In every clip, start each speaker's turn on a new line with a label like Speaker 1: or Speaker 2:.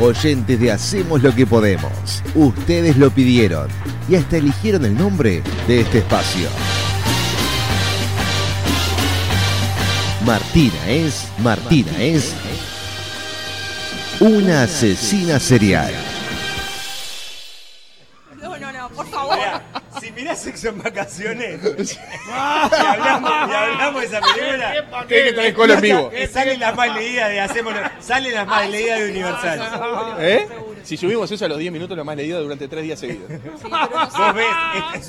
Speaker 1: oyentes de Hacemos lo que podemos. Ustedes lo pidieron y hasta eligieron el nombre de este espacio. Martina es, Martina es una asesina serial.
Speaker 2: No, no, no, por favor.
Speaker 3: Mirá, si mirás sexo en vacaciones y, hablamos, y hablamos de esa película,
Speaker 4: Tiene que traer cola en vivo.
Speaker 3: que salen las más leídas de Hacemos, salen las más leídas de Universal.
Speaker 4: ¿Eh? Si subimos eso a los 10 minutos, lo más leído durante 3 días seguidos.
Speaker 3: Vos ves, esta es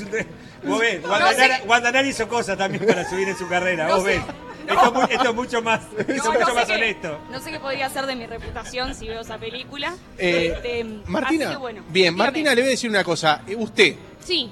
Speaker 3: un- vos ves, Guandanar, Guandanar hizo cosas también para subir en su carrera, vos ves. Esto, es mu- esto es mucho más,
Speaker 2: No,
Speaker 3: es
Speaker 2: no
Speaker 3: mucho
Speaker 2: sé
Speaker 3: más
Speaker 2: qué-
Speaker 3: honesto.
Speaker 2: No sé qué podría hacer de mi reputación si veo esa película.
Speaker 4: Eh,
Speaker 2: Este,
Speaker 4: Martina,
Speaker 2: así que bueno,
Speaker 4: bien,
Speaker 2: dígame.
Speaker 4: Martina, le voy a decir una cosa. Eh, Usted,
Speaker 2: Sí,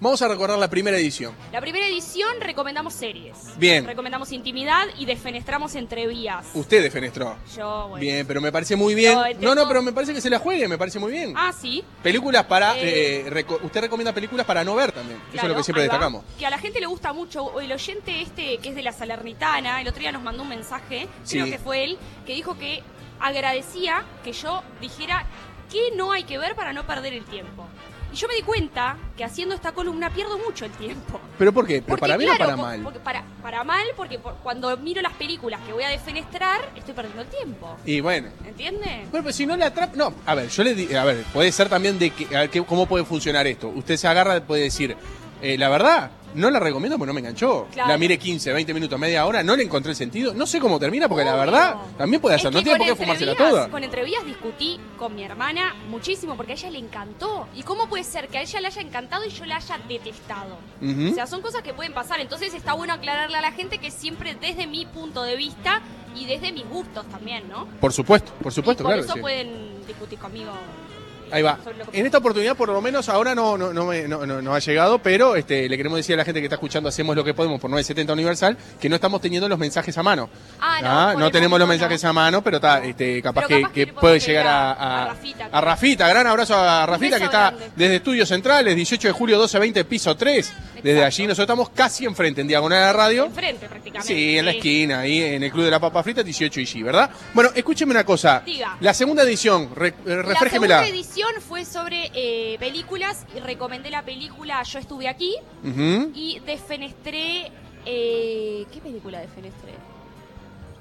Speaker 4: vamos a recordar la primera edición.
Speaker 2: la primera edición recomendamos series.
Speaker 4: Bien.
Speaker 2: Recomendamos intimidad y desfenestramos entre vías.
Speaker 4: Usted defenestró.
Speaker 2: Yo, bueno.
Speaker 4: Bien, pero me parece muy bien.
Speaker 2: No, entre
Speaker 4: No, no,
Speaker 2: todos-
Speaker 4: pero me parece que se la juegue, me parece muy bien.
Speaker 2: Ah, sí.
Speaker 4: Películas para.
Speaker 2: Eh.
Speaker 4: eh, reco- usted recomienda películas para no ver también. Eso es
Speaker 2: Claro,
Speaker 4: lo que siempre
Speaker 2: ahí va.
Speaker 4: destacamos.
Speaker 2: Que a la gente le gusta mucho. O El oyente este, que es de la Salernitana, el otro día nos mandó un mensaje, creo
Speaker 4: Sí.
Speaker 2: que fue él, que dijo que agradecía que yo dijera qué no hay que ver para no perder el tiempo. Y yo me di cuenta que haciendo esta columna pierdo mucho el tiempo.
Speaker 4: ¿Pero por qué? ¿Pero
Speaker 2: Porque,
Speaker 4: para bien
Speaker 2: claro,
Speaker 4: o para
Speaker 2: po-
Speaker 4: mal?
Speaker 2: Porque para, para mal, porque por- cuando miro las películas que voy a defenestrar, estoy perdiendo el tiempo.
Speaker 4: Y bueno.
Speaker 2: ¿Entiendes?
Speaker 4: Bueno, pero si no la atrapa. No, a ver, yo le di- A ver, puede ser también de que. A ver, qué- ¿cómo puede funcionar esto? Usted se agarra, puede decir. eh, la verdad, no la recomiendo porque no me enganchó.
Speaker 2: Claro.
Speaker 4: La mire 15, 20 minutos, media hora, no le encontré el sentido. No sé cómo termina porque la
Speaker 2: Obvio.
Speaker 4: verdad también puede
Speaker 2: Es
Speaker 4: hacer. no
Speaker 2: que
Speaker 4: tiene por
Speaker 2: con
Speaker 4: qué fumársela
Speaker 2: entrevías-
Speaker 4: toda.
Speaker 2: Con entrevías discutí con mi hermana muchísimo porque a ella le encantó. ¿Y cómo puede ser que a ella le haya encantado y yo la haya detestado?
Speaker 4: Ujú.
Speaker 2: O sea, son cosas que pueden pasar. Entonces está bueno aclararle a la gente que siempre desde mi punto de vista y desde mis gustos también, ¿no?
Speaker 4: Por supuesto, por
Speaker 2: y
Speaker 4: supuesto,
Speaker 2: por
Speaker 4: claro.
Speaker 2: eso
Speaker 4: que sí.
Speaker 2: pueden discutir conmigo. eh,
Speaker 4: Ahí va.
Speaker 2: sobre lo que-
Speaker 4: En esta oportunidad, por lo menos, ahora no, no, no, me- no, no- no ha llegado, pero este, le queremos decir a la gente que está escuchando Hacemos lo que podemos por 970 Universal, que no estamos teniendo los mensajes a mano.
Speaker 2: Ah, no,
Speaker 4: Ah,
Speaker 2: por
Speaker 4: no
Speaker 2: el
Speaker 4: tenemos los
Speaker 2: momento no.
Speaker 4: mensajes a mano, pero está, este, capaz,
Speaker 2: Pero
Speaker 4: que-
Speaker 2: capaz
Speaker 4: que,
Speaker 2: que le podemos
Speaker 4: puede llegar
Speaker 2: pedir
Speaker 4: a,
Speaker 2: a-
Speaker 4: a-
Speaker 2: a Rafita.
Speaker 4: a Rafita. Gran abrazo a Rafita,
Speaker 2: beso
Speaker 4: que está
Speaker 2: grande.
Speaker 4: desde Estudios Centrales, 18 de julio, 1220, piso 3. Desde
Speaker 2: Exacto.
Speaker 4: allí nosotros estamos casi enfrente, en Diagonal de la Radio.
Speaker 2: Enfrente prácticamente. Eh,
Speaker 4: Sí, en la esquina, ahí en el Club de la Papa Frita, 18 y G, ¿verdad? Bueno, escúcheme una cosa.
Speaker 2: Diga.
Speaker 4: La segunda edición, re- eh,
Speaker 2: La segunda
Speaker 4: refresquemela.
Speaker 2: edición fue sobre eh, películas y recomendé la película Yo estuve aquí
Speaker 4: Ujú.
Speaker 2: y desfenestré... Eh, ¿Qué película desfenestré?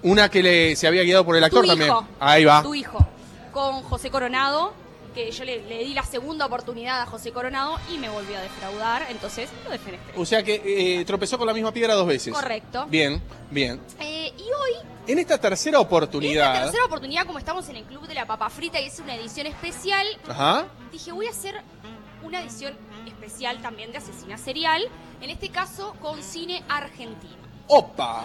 Speaker 4: Una que le, se había guiado por el actor
Speaker 2: tu
Speaker 4: también.
Speaker 2: Hijo,
Speaker 4: Ahí va.
Speaker 2: Tu hijo. Con José Coronado, que yo le, le di la segunda oportunidad a José Coronado y me volvió a defraudar, entonces lo defenestré.
Speaker 4: O sea que eh, tropezó con la misma piedra dos veces.
Speaker 2: Correcto.
Speaker 4: Bien, bien.
Speaker 2: Eh, y hoy,
Speaker 4: En esta tercera
Speaker 2: en
Speaker 4: oportunidad.
Speaker 2: esta tercera oportunidad, como estamos en el Club de la Papa Frita y es una edición especial,
Speaker 4: Ajá.
Speaker 2: dije voy a hacer una edición especial también de Asesina Serial, en este caso con cine argentino.
Speaker 4: Opa.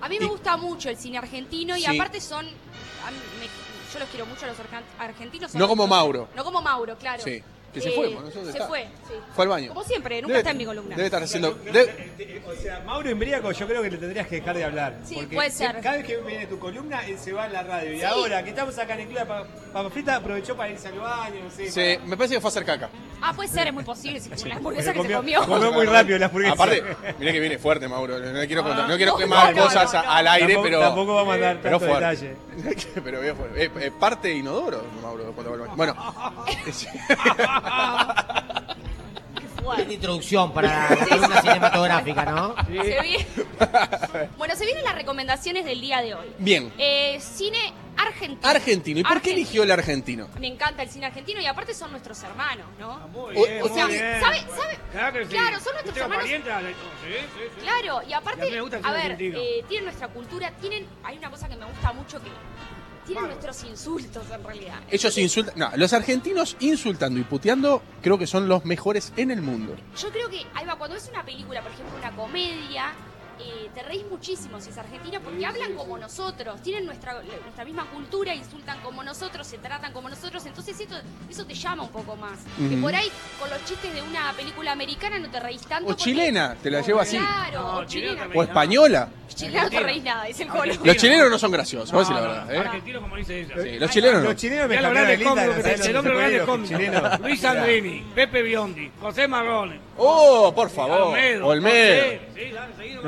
Speaker 2: A mí me
Speaker 4: Y-
Speaker 2: gusta mucho el cine argentino y
Speaker 4: Sí.
Speaker 2: aparte son. a mí me- yo los quiero mucho a los argen- argentinos. son
Speaker 4: No como
Speaker 2: nuestros-
Speaker 4: Mauro.
Speaker 2: No como Mauro, claro. Eh,
Speaker 4: Sí, que se fue, bueno, eso
Speaker 2: Se
Speaker 4: está.
Speaker 2: fue, sí.
Speaker 4: Fue al baño.
Speaker 2: Como siempre, nunca
Speaker 4: Debe-
Speaker 2: está en mi columna.
Speaker 4: Debe estar haciendo.
Speaker 3: No,
Speaker 4: debe-
Speaker 3: eh, O sea, Mauro Embriaco, yo creo que le tendrías que dejar de hablar.
Speaker 2: Sí,
Speaker 3: porque
Speaker 2: puede ser.
Speaker 3: Cada vez que viene tu columna, él se va a la radio. Y
Speaker 2: Sí.
Speaker 3: ahora que estamos acá en el club de Pa- Papa Frita, aprovechó para irse al baño, no sé.
Speaker 4: se- me parece que fue a hacer caca.
Speaker 2: Ah, puede ser, es muy posible. Si con la hamburguesa
Speaker 3: Pero
Speaker 2: que se
Speaker 3: comió-
Speaker 2: comió.
Speaker 3: comió muy rápido la hamburguesa.
Speaker 4: Aparte, mirá que viene fuerte, Mauro. No quiero, contar- no
Speaker 2: Ah,
Speaker 4: quiero
Speaker 2: no,
Speaker 4: quemar
Speaker 2: no, no,
Speaker 4: cosas
Speaker 2: no, no.
Speaker 4: al aire,
Speaker 3: Tampoco-
Speaker 4: pero.
Speaker 3: Tampoco va a mandar
Speaker 4: pero
Speaker 3: tanto
Speaker 4: fuerte.
Speaker 3: detalle.
Speaker 4: pero bien fuerte. Eh, eh, parte inodoro, Mauro, cuando va al baño. Bueno.
Speaker 5: Una introducción para la columna cinematográfica, ¿no?
Speaker 2: Se viene- bueno, se vienen las recomendaciones del día de hoy.
Speaker 4: Bien.
Speaker 2: Eh, cine argentino.
Speaker 4: Argentino. ¿Y por qué
Speaker 2: Argentino.
Speaker 4: eligió el argentino?
Speaker 2: Me encanta el cine argentino y aparte son nuestros hermanos, ¿no?
Speaker 4: O-
Speaker 2: o sea, ¿sabe- sabe?
Speaker 6: Claro, que sí.
Speaker 2: Claro, son nuestros
Speaker 6: Tengo
Speaker 2: hermanos.
Speaker 6: parienta, de- sí, sí, sí.
Speaker 2: Claro, y
Speaker 6: Y a mí
Speaker 2: aparte,
Speaker 6: me gusta el
Speaker 2: a
Speaker 6: cine
Speaker 2: ver,
Speaker 6: argentino.
Speaker 2: eh, tienen nuestra cultura, tienen, hay una cosa que me gusta mucho que tienen nuestros insultos en realidad.
Speaker 4: Ellos insultan. No, los argentinos insultando y puteando creo que son los mejores en el mundo.
Speaker 2: Yo creo que, ahí va, cuando ves una película, por ejemplo, una comedia, eh, te reís muchísimo si es argentina porque hablan como nosotros, tienen nuestra, nuestra misma cultura, insultan como nosotros, se tratan como nosotros, entonces eso, eso te llama un poco más. Que
Speaker 4: Ujú.
Speaker 2: por ahí, con los chistes de una película americana no te reís tanto.
Speaker 4: O
Speaker 2: porque-
Speaker 4: chilena, te la llevo así.
Speaker 2: Claro,
Speaker 6: No,
Speaker 2: o chilena.
Speaker 6: chilena
Speaker 4: O española.
Speaker 2: Chilena no te reís nada, dice el colo.
Speaker 4: Los chilenos no son graciosos, vamos a decir la verdad. ¿eh?
Speaker 6: Argentino, como dice ella.
Speaker 4: Sí, los chilenos no.
Speaker 3: Los chilenos me
Speaker 6: Mirá los
Speaker 3: cambiaron
Speaker 6: grandes
Speaker 3: el Instagram,
Speaker 6: cómicos que
Speaker 3: ¿sabés
Speaker 6: tenés, el
Speaker 3: lo que
Speaker 6: hombre
Speaker 3: se
Speaker 6: grande
Speaker 3: fueron los
Speaker 6: cómico.
Speaker 3: chilenos?
Speaker 6: Luis Sandrini, Pepe Biondi, José Marrone.
Speaker 4: Oh, por favor.
Speaker 6: Olmedo.
Speaker 4: Olmedo.
Speaker 6: Sí, sí, dale, seguido.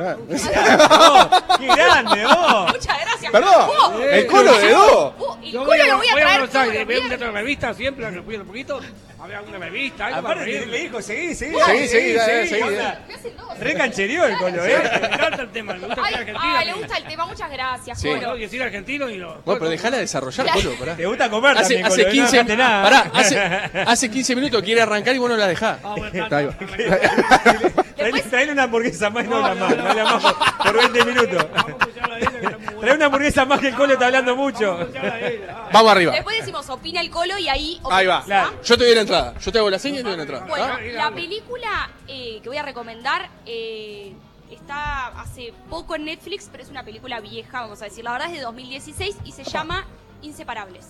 Speaker 3: ¡Qué grande, vos!
Speaker 2: Muchas gracias.
Speaker 4: Perdón,
Speaker 2: ¡Oh!
Speaker 4: el colo de dos.
Speaker 2: ¡Oh! El
Speaker 7: Yo
Speaker 2: culo
Speaker 7: voy a,
Speaker 2: lo voy a
Speaker 7: voy a
Speaker 2: traer
Speaker 7: Buenos
Speaker 2: todos
Speaker 7: Aires,
Speaker 2: los
Speaker 7: voy a
Speaker 2: viernes.
Speaker 7: una revista siempre, la recuerdo un poquito. Había una revista, algo para
Speaker 8: Aparte le, le
Speaker 7: reírme.
Speaker 8: dijo, seguí, seguí.
Speaker 4: Seguí, seguí, dale, seguí,
Speaker 8: onda.
Speaker 2: Me hacen dos.
Speaker 8: Re canchereó el colo,
Speaker 7: Me
Speaker 8: ¿eh?
Speaker 7: encanta el tema, me gusta
Speaker 2: Ay,
Speaker 7: ser argentino.
Speaker 2: ah, le gusta el tema, muchas gracias,
Speaker 4: Sí.
Speaker 2: Colo.
Speaker 7: Yo soy argentino y lo...
Speaker 4: Bueno, pero dejala desarrollar, Colo, pará.
Speaker 8: Te gusta comer
Speaker 4: Hace,
Speaker 8: también,
Speaker 4: hace
Speaker 8: Colo, ¿eh? no
Speaker 4: 15,
Speaker 8: dejaste nada.
Speaker 4: pará, hace, hace 15 minutos quiere arrancar y vos no la dejás.
Speaker 7: Ah, bueno,
Speaker 4: Está ahí va.
Speaker 8: Traele,
Speaker 2: Después-
Speaker 8: traele una hamburguesa más, no la más, no la más por 20 minutos.
Speaker 7: Vamos a escuchar la isla que está muy buena.
Speaker 8: Trae una hamburguesa más que el colo está hablando mucho.
Speaker 7: Vamos a escuchar la isla. Ah,
Speaker 4: Vamos arriba.
Speaker 2: Después decimos, opina el Colo y ahí...
Speaker 4: Ahí va.
Speaker 2: opinamos, ¿ah?
Speaker 4: Yo te doy la entrada. Yo te hago la seña y te doy la entrada.
Speaker 2: Bueno,
Speaker 4: ¿Ah?
Speaker 2: la película eh, que voy a recomendar eh, está hace poco en Netflix, pero es una película vieja, vamos a decir. La verdad es de 2016 y se llama Inseparables.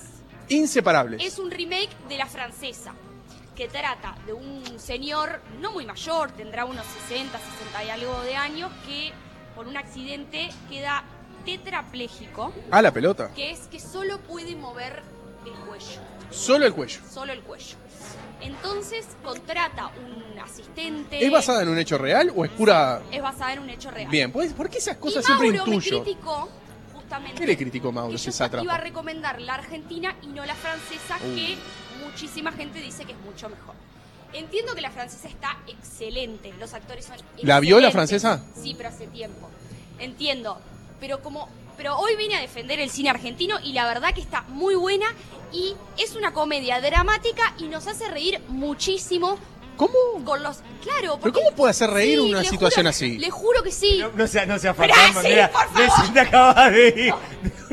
Speaker 4: Inseparables.
Speaker 2: Es un remake de la francesa, que trata de un señor no muy mayor, tendrá unos 60, 60 y algo de años, que por un accidente queda tetrapléjico,
Speaker 4: Ah, la pelota.
Speaker 2: que es que solo puede mover el cuello
Speaker 4: Solo el cuello.
Speaker 2: solo el cuello. Entonces contrata un asistente.
Speaker 4: ¿Es basada en un hecho real o es pura.?
Speaker 2: Es basada en un hecho real.
Speaker 4: Bien, pues, ¿por qué esas cosas
Speaker 2: y
Speaker 4: siempre
Speaker 2: Mauro me
Speaker 4: intuyo?
Speaker 2: criticó justamente.
Speaker 4: ¿Qué le criticó Mauro
Speaker 2: que
Speaker 4: si
Speaker 2: yo
Speaker 4: se atrapa?
Speaker 2: iba a recomendar la argentina y no la francesa,
Speaker 4: Uh.
Speaker 2: que muchísima gente dice que es mucho mejor. Entiendo que la francesa está excelente, los actores son
Speaker 4: ¿La vio la
Speaker 2: excelentes.
Speaker 4: francesa?
Speaker 2: Sí, pero hace tiempo. Entiendo, pero como pero hoy vine a defender el cine argentino y la verdad que está muy buena y es una comedia dramática y nos hace reír muchísimo
Speaker 4: ¿Cómo?
Speaker 2: con los claro,
Speaker 4: ¿Pero
Speaker 2: porque-
Speaker 4: cómo puede hacer reír
Speaker 2: Sí,
Speaker 4: una
Speaker 2: le
Speaker 4: situación
Speaker 2: juro-
Speaker 4: así?
Speaker 2: Le juro que sí.
Speaker 8: No, no sea, no sea
Speaker 2: Pero
Speaker 8: fantasma,
Speaker 2: sí,
Speaker 8: mira.
Speaker 2: por favor.
Speaker 8: Recién te acabas de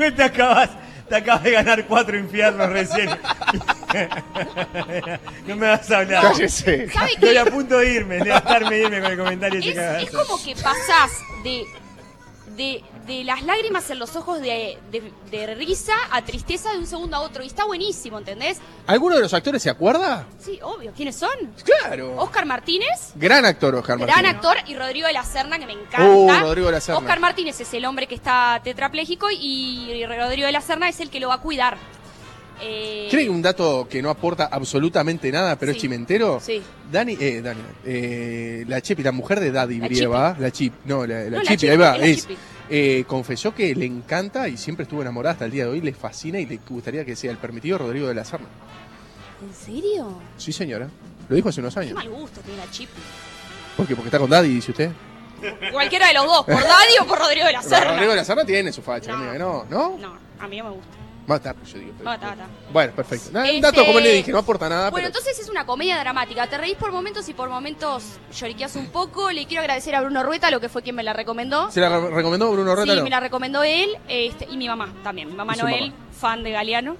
Speaker 8: ir. Te acabas, te acabas de ganar cuatro infiernos recién. No me vas a hablar.
Speaker 4: Cállese.
Speaker 2: ¿Sabe
Speaker 8: Estoy
Speaker 2: qué?
Speaker 8: a punto de irme, de gastarme e irme con el comentario ese
Speaker 2: Es, es
Speaker 8: cagazo.
Speaker 2: como que pasás de, de, de las lágrimas en los ojos de, de- de risa a tristeza de un segundo a otro. Y está buenísimo, ¿entendés?
Speaker 4: ¿Alguno de los actores se acuerda?
Speaker 2: Sí, obvio. ¿Quiénes son?
Speaker 4: Claro.
Speaker 2: Oscar Martínez,
Speaker 4: Gran actor, Oscar
Speaker 2: gran
Speaker 4: Martínez.
Speaker 2: actor, y Rodrigo de la Serna, que me
Speaker 4: Uh,
Speaker 2: encanta.
Speaker 4: Rodrigo de la Serna.
Speaker 2: Oscar Martínez es el hombre que está tetrapléjico y Rodrigo de la Serna es el que lo va a cuidar. Eh,
Speaker 4: ¿Cree un dato que no aporta absolutamente nada, pero es
Speaker 2: Sí.
Speaker 4: chimentero?
Speaker 2: Sí.
Speaker 4: Dani, eh, Dani, eh, la Chepi, la mujer de Daddy
Speaker 2: La
Speaker 4: Brieva, la Chip, no, la, la
Speaker 2: No, la
Speaker 4: Chipi,
Speaker 2: Chipi,
Speaker 4: ahí va,
Speaker 2: es la
Speaker 4: es,
Speaker 2: Chipi.
Speaker 4: eh, confesó que le encanta y siempre estuvo enamorada hasta el día de hoy, le fascina y le gustaría que sea el permitido Rodrigo de la Serna.
Speaker 2: ¿En serio?
Speaker 4: Sí, señora, lo dijo hace unos
Speaker 2: Qué
Speaker 4: años.
Speaker 2: mal gusto tiene la chip.
Speaker 4: ¿Por qué? Porque está con Daddy, dice usted.
Speaker 2: Cualquiera de los dos, por Daddy o por Rodrigo de la
Speaker 4: Pero Rodrigo
Speaker 2: Serna.
Speaker 4: de la Serna tiene su facha,
Speaker 2: No.
Speaker 4: amiga, ¿no? ¿No?
Speaker 2: No, a mí no me gusta.
Speaker 4: Va a estar, pues, yo digo. pero-
Speaker 2: Va, está, está.
Speaker 4: Bueno, perfecto. Nada, Un
Speaker 2: Este-
Speaker 4: dato, como le dije, no aporta nada,
Speaker 2: Bueno,
Speaker 4: pero...
Speaker 2: entonces es una comedia dramática. Te reís por momentos y por momentos lloriqueas un poco. Le quiero agradecer a Bruno Rueta, lo que fue quien me la recomendó.
Speaker 4: ¿Se la re- recomendó Bruno Rota?
Speaker 2: Sí, me la recomendó él este, y mi mamá también. Mi mamá
Speaker 4: Y su
Speaker 2: Noel,
Speaker 4: mamá.
Speaker 2: fan de Galeano.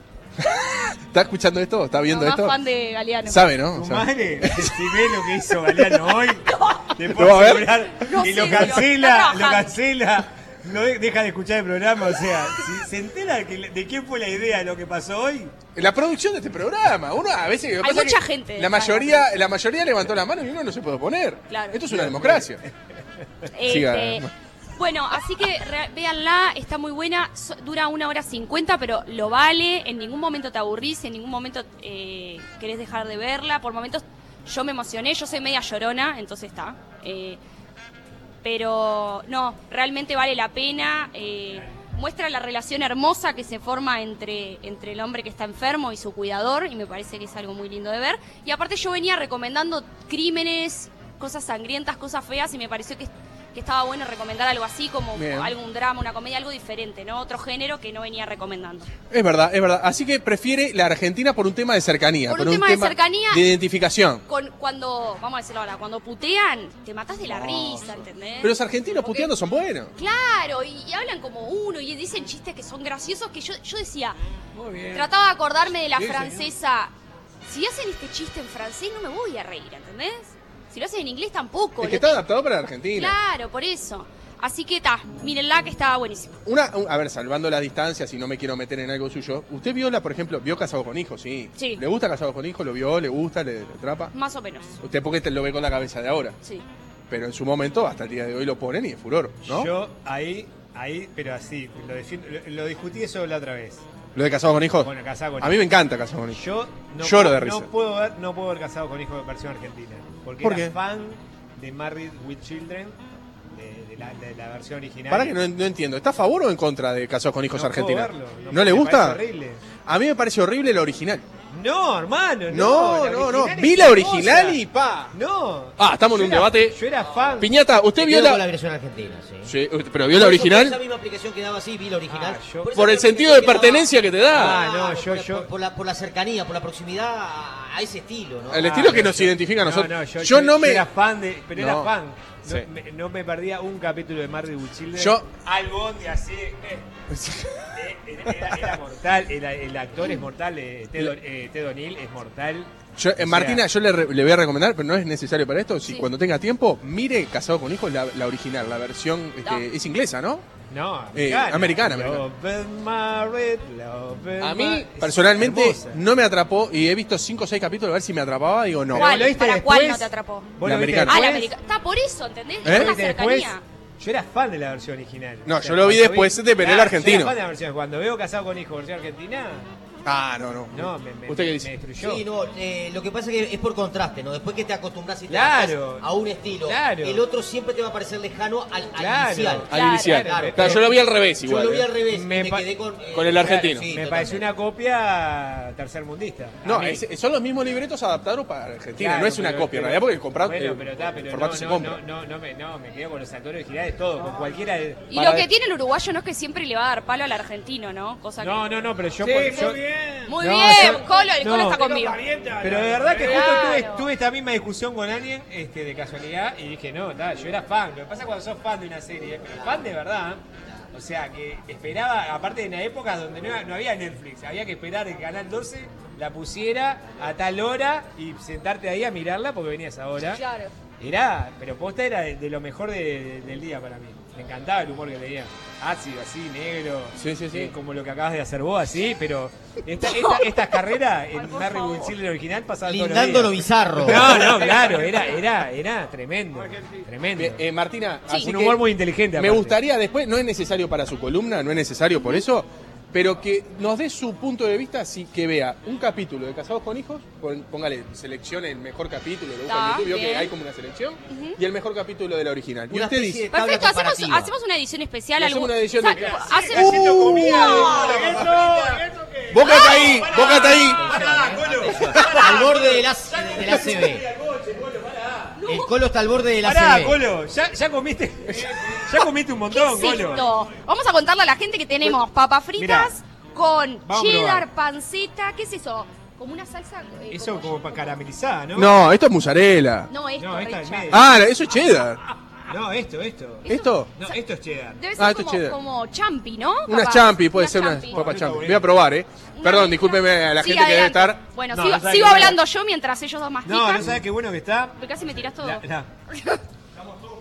Speaker 4: ¿Está escuchando esto? ¿Está viendo
Speaker 2: mamá
Speaker 4: esto?
Speaker 2: fan de Galeano.
Speaker 4: ¿Sabe, no?
Speaker 8: Tu
Speaker 4: Sabe.
Speaker 8: madre, si ve lo que hizo Galeano hoy, te
Speaker 4: ¿Lo
Speaker 8: puedo
Speaker 4: va a ver?
Speaker 8: asegurar
Speaker 2: No
Speaker 8: que
Speaker 2: sé,
Speaker 8: lo
Speaker 2: pero
Speaker 8: cancela,
Speaker 2: está
Speaker 8: lo
Speaker 2: trabajando.
Speaker 8: cancela, no de- deja de escuchar el programa. O sea, si se entera que le- de quién fue la idea de lo que pasó hoy,
Speaker 4: La producción de este programa, uno a veces. lo que pasa es
Speaker 2: mucha
Speaker 4: que
Speaker 2: gente
Speaker 4: La
Speaker 2: detrás
Speaker 4: mayoría, la mayoría levantó la mano y uno no se puede oponer.
Speaker 2: Claro.
Speaker 4: Esto es una democracia.
Speaker 2: Este,
Speaker 4: Siga.
Speaker 2: Bueno, así que re- véanla, está muy buena, So- dura una hora cincuenta, pero lo vale, en ningún momento te aburrís, en ningún momento eh, querés dejar de verla, por momentos yo me emocioné, yo soy media llorona, entonces está. eh, pero no, realmente vale la pena, eh, muestra la relación hermosa que se forma entre, entre el hombre que está enfermo y su cuidador, y me parece que es algo muy lindo de ver. Y aparte yo venía recomendando crímenes, cosas sangrientas, cosas feas, y me pareció que que estaba bueno recomendar algo así, como
Speaker 4: Bien.
Speaker 2: algún drama, una comedia, algo diferente, ¿no? Otro género que no venía recomendando.
Speaker 4: Es verdad, es verdad. Así que prefiere la Argentina por un tema de cercanía.
Speaker 2: Por un tema de cercanía. Eh.
Speaker 4: de identificación.
Speaker 2: Con, cuando, vamos a decirlo ahora, cuando putean, te matas de la risa, ¿entendés?
Speaker 4: Pero los argentinos
Speaker 2: Porque-
Speaker 4: puteando son buenos.
Speaker 2: Claro, y, y hablan como uno, y dicen chistes que son graciosos, que yo, yo decía,
Speaker 7: Muy bien.
Speaker 2: trataba de acordarme de la
Speaker 4: Sí, señor.
Speaker 2: francesa. Si hacen este chiste en francés, no me voy a reír, ¿entendés? Si lo hacen en inglés, tampoco.
Speaker 4: Es que
Speaker 2: Lo
Speaker 4: está adaptado para la Argentina.
Speaker 2: Claro, por eso. Así que está, mírenla que estaba buenísimo.
Speaker 4: Una, un- a ver, salvando las distancias y no me quiero meter en algo suyo. ¿Usted vio la, por ejemplo, vio Casado con Hijos? Sí.
Speaker 2: Sí.
Speaker 4: ¿Le gusta Casado con Hijos? ¿Lo vio? ¿Le gusta? ¿Le, le atrapa?
Speaker 2: Más o menos.
Speaker 4: Usted porque te lo ve con la cabeza de ahora.
Speaker 2: Sí.
Speaker 4: Pero en su momento, hasta el día de hoy, lo ponen y es furor, ¿no?
Speaker 8: yo ahí, ahí, pero así, lo, defi- lo- lo discutí eso la otra vez.
Speaker 4: Lo de Casado con Hijos.
Speaker 8: Bueno, casado con
Speaker 4: Oh, A mí me encanta Casado con Hijos.
Speaker 8: Yo no,
Speaker 4: Lloro
Speaker 8: puedo-
Speaker 4: de risa.
Speaker 8: No puedo ver, no puedo ver casado con hijo de versión argentina. Porque
Speaker 4: ¿Por
Speaker 8: era
Speaker 4: qué?
Speaker 8: fan de Married with Children, de, de la, de la versión original.
Speaker 4: Para que no, no entiendo, ¿está a favor o en contra de casados con hijos
Speaker 8: No puedo
Speaker 4: argentinos?
Speaker 8: verlo,
Speaker 4: ¿No,
Speaker 8: me-
Speaker 4: le
Speaker 8: me
Speaker 4: gusta?
Speaker 8: parece horrible.
Speaker 4: A mí me parece horrible la original.
Speaker 8: No, hermano.
Speaker 4: No,
Speaker 8: la
Speaker 4: no, no.
Speaker 8: original
Speaker 4: Vi
Speaker 8: es
Speaker 4: la
Speaker 8: hermosa.
Speaker 4: original y pa.
Speaker 8: No.
Speaker 4: Ah, estamos
Speaker 8: Yo
Speaker 4: en un
Speaker 8: era-
Speaker 4: debate.
Speaker 8: Yo era fan.
Speaker 4: Piñata, ¿usted
Speaker 5: Vio
Speaker 4: vio
Speaker 5: la... la
Speaker 4: la.?
Speaker 5: versión argentina, sí.
Speaker 4: Sí, pero vio la
Speaker 5: Por eso, por Esa
Speaker 4: original.
Speaker 5: misma aplicación que daba así, vi la original.
Speaker 8: Ah, yo-
Speaker 5: eso
Speaker 4: Por el
Speaker 5: creo que
Speaker 4: sentido de
Speaker 5: quedaba-
Speaker 4: pertenencia que te da.
Speaker 8: Ah, no,
Speaker 5: Claro,
Speaker 8: yo-
Speaker 5: por,
Speaker 8: yo-
Speaker 5: Por, por la, por la cercanía, por la proximidad a, a ese estilo, ¿no?
Speaker 4: El estilo
Speaker 8: Ah,
Speaker 4: que
Speaker 8: no,
Speaker 4: nos
Speaker 8: yo-
Speaker 4: identifica a
Speaker 8: no,
Speaker 4: nosotros.
Speaker 8: no, yo,
Speaker 4: yo,
Speaker 8: yo-
Speaker 4: no
Speaker 8: yo
Speaker 4: me.
Speaker 8: era fan de. Pero
Speaker 4: No.
Speaker 8: era fan. No,
Speaker 4: Sí.
Speaker 8: me, no me perdía un capítulo de Marvel with Children.
Speaker 4: Yo-
Speaker 8: Al Bondi, así. eh, eh, era, era mortal. El, el actor es mortal. eh, Ted, O- eh, Ted O'Neill es mortal.
Speaker 4: Yo, eh,
Speaker 8: O sea,
Speaker 4: Martina, yo le, re- le voy a recomendar, pero no es necesario para esto. Si
Speaker 2: Sí.
Speaker 4: cuando tenga tiempo, mire Casado con Hijos, la, la original, la versión este,
Speaker 2: No.
Speaker 4: es inglesa, ¿no?
Speaker 8: No,
Speaker 4: Eh,
Speaker 8: americana.
Speaker 4: americana, americana.
Speaker 8: Love and married, love and
Speaker 4: A mí,
Speaker 8: mar-
Speaker 4: personalmente,
Speaker 8: Hermosa.
Speaker 4: no me atrapó y he visto 5 o 6 capítulos a ver si me atrapaba. Digo, no.
Speaker 8: ¿Cuál?
Speaker 2: ¿Cuál?
Speaker 8: lo viste
Speaker 2: ¿Para cuál
Speaker 8: después?
Speaker 2: no te atrapó?
Speaker 8: ¿Vos
Speaker 4: La
Speaker 8: lo viste
Speaker 4: americana.
Speaker 2: Ah, la
Speaker 8: después?
Speaker 2: América. Está por eso, ¿entendés?
Speaker 4: ¿Eh?
Speaker 2: Es la
Speaker 8: ¿Viste después?
Speaker 2: cercanía.
Speaker 8: Yo era fan de la versión original.
Speaker 4: No, yo lo vi
Speaker 8: cuando
Speaker 4: después de ver el
Speaker 8: Claro, yo era
Speaker 4: argentino.
Speaker 8: fan de la versión. Cuando veo Casado con Hijo, versión argentina,
Speaker 4: Ah, no, no.
Speaker 8: no, me, me-
Speaker 4: ¿Usted qué
Speaker 8: me
Speaker 4: dice?
Speaker 8: destruyó.
Speaker 5: Sí, no, eh, lo que pasa es que es por contraste, ¿no? Después que te acostumbras y te
Speaker 8: Claro.
Speaker 5: adaptás a un estilo,
Speaker 8: Claro.
Speaker 5: el otro siempre te va a parecer lejano al, al
Speaker 8: Claro.
Speaker 5: inicial.
Speaker 4: Al
Speaker 2: Claro,
Speaker 4: inicial.
Speaker 5: claro.
Speaker 4: Claro, yo lo vi al revés
Speaker 5: Yo
Speaker 4: Ah, igual.
Speaker 5: lo vi
Speaker 4: eh.
Speaker 5: al revés,
Speaker 8: Me
Speaker 5: me, me
Speaker 8: pa-
Speaker 5: quedé con... eh,
Speaker 4: Con el argentino.
Speaker 5: sí,
Speaker 8: me
Speaker 5: totalmente.
Speaker 8: pareció una copia tercermundista. A
Speaker 4: No,
Speaker 8: mí.
Speaker 4: es- son los mismos libretos adaptados para Argentina,
Speaker 8: Claro,
Speaker 4: no es una
Speaker 8: pero-
Speaker 4: copia en
Speaker 8: pero-
Speaker 4: realidad, porque comprar
Speaker 8: Bueno,
Speaker 4: eh,
Speaker 8: pero, está, pero
Speaker 4: formato
Speaker 8: no,
Speaker 4: se
Speaker 8: no,
Speaker 4: compra.
Speaker 8: No, no, no, me, no, me quedo con los actores originales, todo, con cualquiera. de-
Speaker 2: Y
Speaker 4: Para
Speaker 2: lo que
Speaker 4: ver.
Speaker 2: tiene el uruguayo no es que siempre le va a dar palo al argentino, ¿no? Cosa que...
Speaker 8: No, no, no, pero yo.
Speaker 6: Sí,
Speaker 8: por- yo-
Speaker 6: muy bien.
Speaker 2: Muy
Speaker 8: No,
Speaker 2: bien,
Speaker 8: yo-
Speaker 2: Colo, el Colo
Speaker 8: no.
Speaker 2: está conmigo.
Speaker 8: Pero de verdad que justo
Speaker 2: Claro.
Speaker 8: tuve, tuve esta misma discusión con alguien este, de casualidad y dije, no, ta, yo era fan. Lo que pasa es cuando sos fan de una serie, pero fan de verdad. O sea, que esperaba, aparte en la época donde no, no había Netflix, había que esperar que Canal 12 la pusiera a tal hora y sentarte ahí a mirarla porque venías ahora.
Speaker 2: Claro.
Speaker 8: Era, pero posta era de, de lo mejor de- de- del día para mí. Me encantaba el humor que tenía. Ácido, así, negro.
Speaker 4: Sí, sí, sí.
Speaker 8: eh, como lo que acabas de hacer vos, así, pero estas esta, estas carreras en
Speaker 2: por
Speaker 8: Marry
Speaker 2: favor.
Speaker 8: Will Children original pasaban todos los
Speaker 5: Lindando lo
Speaker 8: días.
Speaker 5: bizarro.
Speaker 8: No, no, claro, era, era, era tremendo. Tremendo.
Speaker 4: Bien, eh, Martina,
Speaker 2: Sí.
Speaker 4: así
Speaker 8: Un
Speaker 4: que
Speaker 8: humor muy inteligente.
Speaker 4: Me
Speaker 8: aparte.
Speaker 4: gustaría después, no es necesario para su columna, no es necesario por eso, pero que nos dé su punto de vista si que vea un capítulo de Casados con Hijos, pon- póngale, seleccione el mejor capítulo, lo busca en
Speaker 2: Ah,
Speaker 4: YouTube, vio que
Speaker 2: bien.
Speaker 4: hay como una selección, y el mejor capítulo de la original. Y
Speaker 5: Una
Speaker 4: usted
Speaker 5: especie
Speaker 4: dice,
Speaker 5: tabla
Speaker 2: Perfecto, hacemos,
Speaker 5: comparativa.
Speaker 2: hacemos una edición especial.
Speaker 4: Hacemos
Speaker 2: algún-
Speaker 4: una edición
Speaker 2: Sa-
Speaker 4: de-
Speaker 2: hacemos-
Speaker 4: boca
Speaker 8: ¡Ah!
Speaker 4: está ahí, boca está ahí.
Speaker 5: Al borde de la, de la CB. El Colo está al borde de la
Speaker 8: Pará,
Speaker 5: CB.
Speaker 8: Colo, ya, ya comiste. Ya comiste un
Speaker 2: ¿Qué
Speaker 8: montón,
Speaker 2: es
Speaker 8: Colo.
Speaker 2: esto? Vamos a contarle a la gente que tenemos papas fritas con
Speaker 8: vamos a
Speaker 2: cheddar,
Speaker 8: probar.
Speaker 2: panceta. ¿Qué es eso? Como una salsa. eh,
Speaker 8: Eso como para caramelizada, ¿no?
Speaker 4: No, esto es mozzarella.
Speaker 2: No, esto,
Speaker 8: No, esta es
Speaker 2: Richard.
Speaker 8: media.
Speaker 4: Ah, eso es cheddar.
Speaker 8: No, esto, esto.
Speaker 4: ¿Esto?
Speaker 8: No, esto es cheddar.
Speaker 2: Debe ser
Speaker 4: Ah, esto es
Speaker 2: como,
Speaker 4: cheddar.
Speaker 2: como champi, ¿no?
Speaker 4: Unas
Speaker 2: Capaz.
Speaker 4: champi, puede
Speaker 2: Una
Speaker 4: ser unas
Speaker 2: champi.
Speaker 4: papas champi.
Speaker 8: bueno.
Speaker 4: Voy a probar, ¿eh?
Speaker 2: Una mezcla.
Speaker 4: Perdón, discúlpeme a la
Speaker 2: Sí,
Speaker 4: gente que debe
Speaker 2: adelante.
Speaker 4: estar.
Speaker 2: Bueno,
Speaker 8: No,
Speaker 2: sigo,
Speaker 8: no sabe
Speaker 2: sigo
Speaker 8: qué
Speaker 2: hablando yo mientras ellos dos mastican.
Speaker 8: No, no sabes qué bueno que está.
Speaker 2: Porque casi me tirás todo.
Speaker 8: La- la-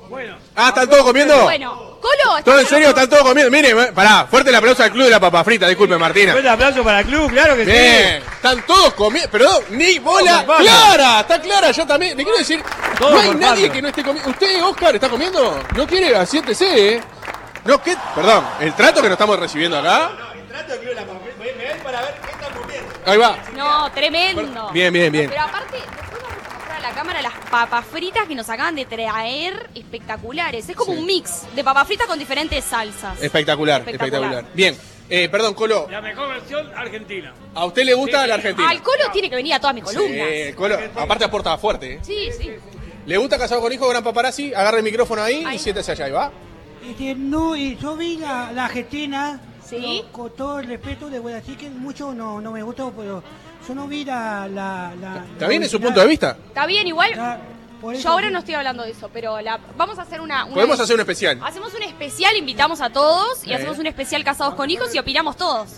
Speaker 6: Bueno,
Speaker 4: Ah, ¿están todos comiendo?
Speaker 2: Bueno, Colo,
Speaker 4: ¿Todo en serio? ¿Están todos comiendo? Mire, eh, pará, fuerte el aplauso al Club de la Papa Frita, disculpe Martina.
Speaker 8: Fuerte aplauso para el club, claro que
Speaker 4: Bien, están todos comiendo. Perdón, ni bola.
Speaker 8: por patas.
Speaker 4: ¡Clara! Está Clara, yo también. Le quiero decir,
Speaker 8: Todo
Speaker 4: no hay
Speaker 8: por
Speaker 4: nadie
Speaker 8: patas.
Speaker 4: que no esté comiendo. ¿Usted, Oscar, está comiendo? No quiere, asiéntese, ¿eh? No, ¿qué? Perdón, el trato que nos estamos recibiendo acá.
Speaker 8: sí. Trato de la me ven para ver qué están comiendo.
Speaker 4: Ahí va.
Speaker 2: No, tremendo.
Speaker 4: Bien, bien, bien.
Speaker 2: Pero aparte, después vamos a mostrar a la cámara las papas fritas que nos acaban de traer espectaculares. Es como
Speaker 4: Sí.
Speaker 2: un mix de papas fritas con diferentes salsas.
Speaker 4: Espectacular, espectacular.
Speaker 2: Espectacular.
Speaker 4: Bien, eh, perdón, Colo,
Speaker 6: la mejor versión argentina.
Speaker 4: ¿a usted le gusta
Speaker 6: Sí.
Speaker 4: la Argentina?
Speaker 2: Al Colo tiene que venir a todas mis columnas.
Speaker 4: Sí, eh, Colo, aparte aporta fuerte, ¿eh?
Speaker 2: Sí, sí.
Speaker 4: ¿Le gusta Casado con Hijo, Gran Paparazzi? Agarra el micrófono ahí, y
Speaker 2: Ahí.
Speaker 4: siéntese allá, ahí va.
Speaker 9: Este, no, eh, yo vi la, la Argentina,
Speaker 2: Sí.
Speaker 9: pero con todo el respeto, le voy a decir que mucho no, no me gustó, pero yo no vi la... la, la
Speaker 4: Está bien, es su punto de vista.
Speaker 2: Está bien, igual.
Speaker 9: Ya, por
Speaker 2: Yo
Speaker 9: eso-
Speaker 2: ahora no estoy hablando de eso, pero la, vamos a hacer una, una-
Speaker 4: Podemos hacer un especial.
Speaker 2: Hacemos un especial, invitamos a todos y
Speaker 4: Eh.
Speaker 2: hacemos un especial casados con hijos y opinamos todos.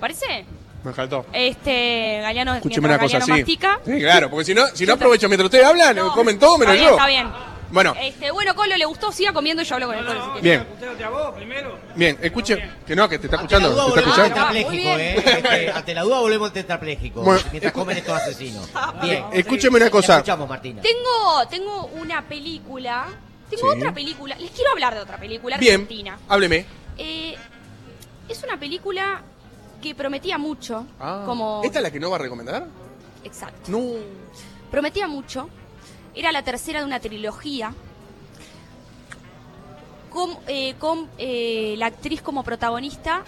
Speaker 2: ¿Parece?
Speaker 4: Me encantó.
Speaker 2: Este, Galeano,
Speaker 4: Escúcheme una
Speaker 2: mientras
Speaker 4: cosa así.
Speaker 2: Galeano mastica.
Speaker 4: Sí, claro, porque si no, si no
Speaker 2: Yo
Speaker 4: aprovecho mientras ustedes hablan,
Speaker 2: No,
Speaker 4: comen todo menos
Speaker 2: está
Speaker 4: yo.
Speaker 2: Bien, está bien.
Speaker 4: Bueno,
Speaker 2: Este, bueno, Colo le gustó, siga comiendo y yo hablo con
Speaker 6: No,
Speaker 2: el Colo. si
Speaker 6: no,
Speaker 2: quiere.
Speaker 4: Bien.
Speaker 6: Usted a vos primero.
Speaker 4: bien, escuche. Que no, que te está
Speaker 5: Ante la
Speaker 4: escuchando.
Speaker 5: duda
Speaker 4: ¿Te está
Speaker 5: volvemos al
Speaker 4: escuchando?
Speaker 5: tetrapléjico,
Speaker 2: Ah,
Speaker 5: ¿eh?
Speaker 2: muy bien.
Speaker 5: Este, Ante la duda volvemos al tetrapléjico.
Speaker 4: Bueno,
Speaker 5: mientras
Speaker 4: escu-
Speaker 5: comen estos asesinos.
Speaker 2: Ah,
Speaker 5: Bien.
Speaker 4: Escúcheme una
Speaker 5: Te
Speaker 4: cosa.
Speaker 5: Escuchamos, Martina.
Speaker 2: Tengo, tengo una película. Tengo
Speaker 4: Sí.
Speaker 2: otra película. Les quiero hablar de otra película
Speaker 4: Bien,
Speaker 2: argentina.
Speaker 4: hábleme.
Speaker 2: Eh, es una película que prometía mucho.
Speaker 4: Ah,
Speaker 2: como
Speaker 4: ¿Esta es la que no va a recomendar?
Speaker 2: Exacto.
Speaker 4: No.
Speaker 2: Prometía mucho. Era la tercera de una trilogía. Con, eh, con, eh, la actriz como protagonista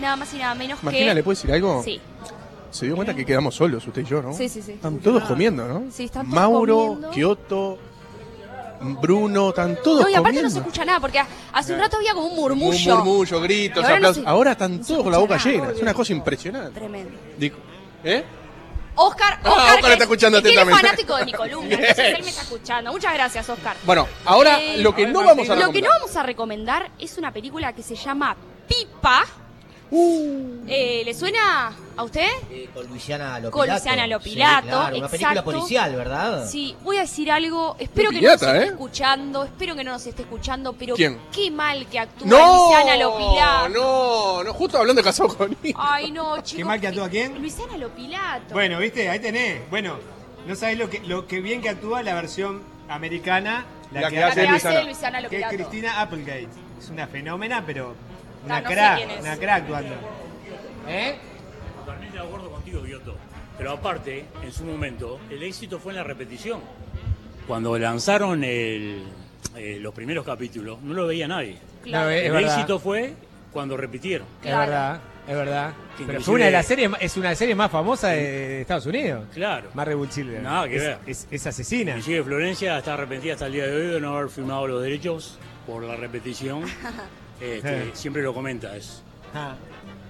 Speaker 2: nada más y nada menos
Speaker 4: Martina,
Speaker 2: que...
Speaker 4: ¿le puedes decir algo?
Speaker 2: Sí.
Speaker 4: Se dio cuenta que quedamos solos, usted y yo, ¿no?
Speaker 2: Sí, sí, sí.
Speaker 4: Están todos comiendo, ¿no?
Speaker 2: Sí, están todos
Speaker 4: Mauro,
Speaker 2: comiendo.
Speaker 4: Kioto, Bruno, están todos
Speaker 2: No, y aparte no
Speaker 4: comiendo.
Speaker 2: se escucha nada, porque hace un rato había como un murmullo.
Speaker 4: Un murmullo, gritos,
Speaker 2: Ahora no
Speaker 4: aplausos.
Speaker 2: se-
Speaker 4: Ahora están
Speaker 2: no se
Speaker 4: todos con la boca
Speaker 2: escucha nada.
Speaker 4: llena. Es una cosa impresionante.
Speaker 2: Tremendo.
Speaker 4: Dijo- ¿Eh?
Speaker 2: Oscar,
Speaker 4: Ah,
Speaker 2: Oscar,
Speaker 4: Oscar
Speaker 2: que-
Speaker 4: está escuchando
Speaker 2: que él es
Speaker 4: atentamente.
Speaker 2: fanático de mi columna, entonces él me está escuchando. Muchas gracias, Oscar.
Speaker 4: Bueno, ahora
Speaker 2: Eh,
Speaker 4: lo que
Speaker 8: ahora Martín,
Speaker 4: no vamos a
Speaker 2: Lo que no
Speaker 4: recomendar.
Speaker 2: vamos a recomendar es una película que se llama Pipa.
Speaker 4: Uh.
Speaker 2: Eh, ¿Le suena a usted?
Speaker 5: Eh, con Luciana Lopilato.
Speaker 2: Con Luciana Lopilato,
Speaker 5: Sí, claro, una película
Speaker 2: exacto.
Speaker 5: policial, ¿verdad?
Speaker 2: Sí, voy a decir algo, espero que no nos
Speaker 4: Pirata,
Speaker 2: esté
Speaker 4: Ah. ¿eh?
Speaker 2: escuchando, espero que no nos esté escuchando, pero
Speaker 4: ¿Quién?
Speaker 2: qué mal que actúa
Speaker 4: No,
Speaker 2: Luciana Lopilato.
Speaker 4: no, no, justo hablando de casado con hijos.
Speaker 2: Ay, no, chicos.
Speaker 8: mal que actúa quién?
Speaker 2: Luciana Lopilato.
Speaker 8: Bueno, viste, ahí tenés. Bueno, no sabés lo que, lo que bien que actúa la versión americana, la,
Speaker 4: La
Speaker 8: que,
Speaker 4: que
Speaker 2: la
Speaker 8: hace,
Speaker 2: que hace
Speaker 4: Luciana.
Speaker 2: Luciana
Speaker 8: que es
Speaker 2: Lopilato.
Speaker 8: Cristina Applegate. Es una fenómena, pero
Speaker 2: Ah,
Speaker 8: una
Speaker 2: no sé
Speaker 8: crack,
Speaker 2: quién es.
Speaker 8: una crack actuando. ¿Eh?
Speaker 7: Totalmente de acuerdo contigo, Giotto. Pero aparte, en su momento, el éxito fue en la repetición. Cuando lanzaron el- eh, los primeros capítulos, no lo veía nadie.
Speaker 2: Claro.
Speaker 8: No, eh. Es
Speaker 7: el
Speaker 8: verdad.
Speaker 7: éxito fue cuando repitieron.
Speaker 2: Claro.
Speaker 8: Es verdad, es verdad.
Speaker 7: Que
Speaker 8: Pero
Speaker 7: inclusive-
Speaker 8: fue una de las series, ma- es una de las series más famosas de, de Estados Unidos.
Speaker 7: Claro.
Speaker 8: Marre Bull Children.
Speaker 7: Nada que
Speaker 8: es,
Speaker 7: ver.
Speaker 8: Es, es asesina.
Speaker 7: Inclusive Florencia está arrepentida hasta el día de hoy de no haber firmado los derechos por la repetición. Este,
Speaker 8: Sí.
Speaker 7: siempre lo comenta eso.
Speaker 8: Ah.